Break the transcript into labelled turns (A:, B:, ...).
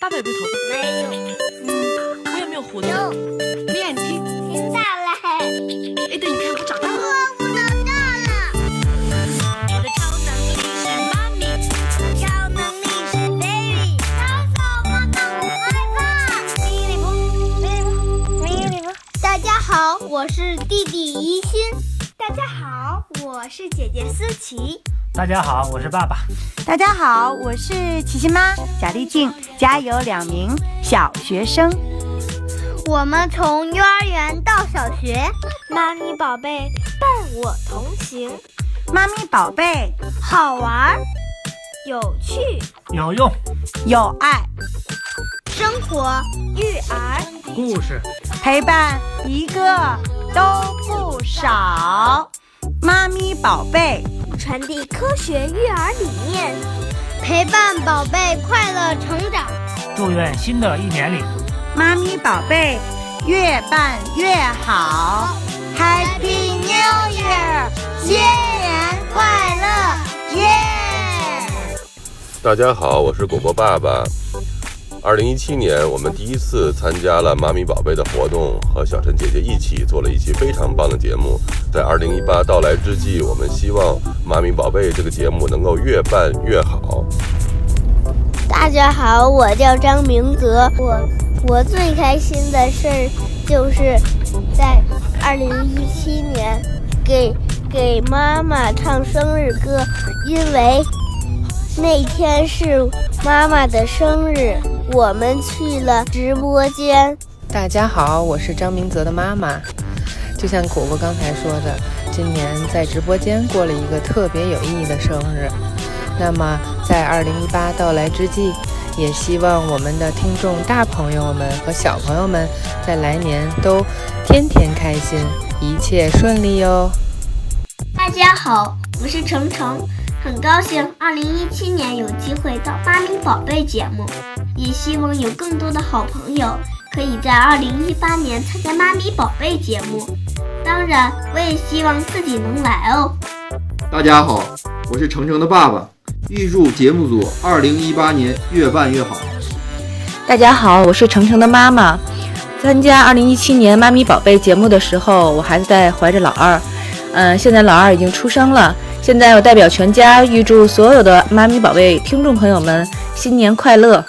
A: 大背背头发，
B: 没有，
A: 我也没有胡子，
B: 有，
A: 没眼睛。
B: 停下来，
A: 哎，等你看我长大了。
B: 我不能大了。我的超能力是妈咪，超能力是 baby，小手摸到我害怕。迷你不，迷你不，迷你不。大家好，我是弟弟宜心。大家好，我是姐姐思琪。
C: 大家好，我是爸爸。
D: 大家好，我是琪琪妈贾丽静，家有两名小学生。
B: 我们从幼儿园到小学，妈咪宝贝伴我同行，
D: 妈咪宝贝
B: 好玩儿，有趣，
C: 有用
D: 有爱，
B: 生活育儿。
C: 故事，
D: 陪伴一个都不少。妈咪宝贝，
B: 传递科学育儿理念，陪伴宝贝快乐成长。
C: 祝愿新的一年里，
D: 妈咪宝贝，越办越好。Happy New Year，新年快乐，耶、
E: 大家好，我是果果爸爸。二零一七年，我们第一次参加了妈咪宝贝的活动，和小陈姐姐一起做了一期非常棒的节目。在二零一八到来之际，我们希望妈咪宝贝这个节目能够越办越好。
B: 大家好，我叫张明泽，我我最开心的事儿就是在二零一七年给给妈妈唱生日歌，因为那天是妈妈的生日，我们去了直播间，
F: 大家好，我是张明泽的妈妈。就像果果刚才说的，今年在直播间过了一个特别有意义的生日。那么，在二零一八到来之际，也希望我们的听众大朋友们和小朋友们在来年都天天开心，一切顺利哦。
G: 大家好，我是程程，很高兴二零一七年有机会到《妈咪宝贝》节目，也希望有更多的好朋友可以在二零一八年参加《妈咪宝贝》节目。当然，我也希望自己能来哦。
H: 大家好，我是程程的爸爸，预祝节目组二零一八年越办越好。
I: 大家好，我是程程的妈妈。参加二零一七年妈咪宝贝节目的时候，我还在怀着老二，嗯、现在老二已经出生了。现在我代表全家预祝所有的妈咪宝贝听众朋友们新年快乐。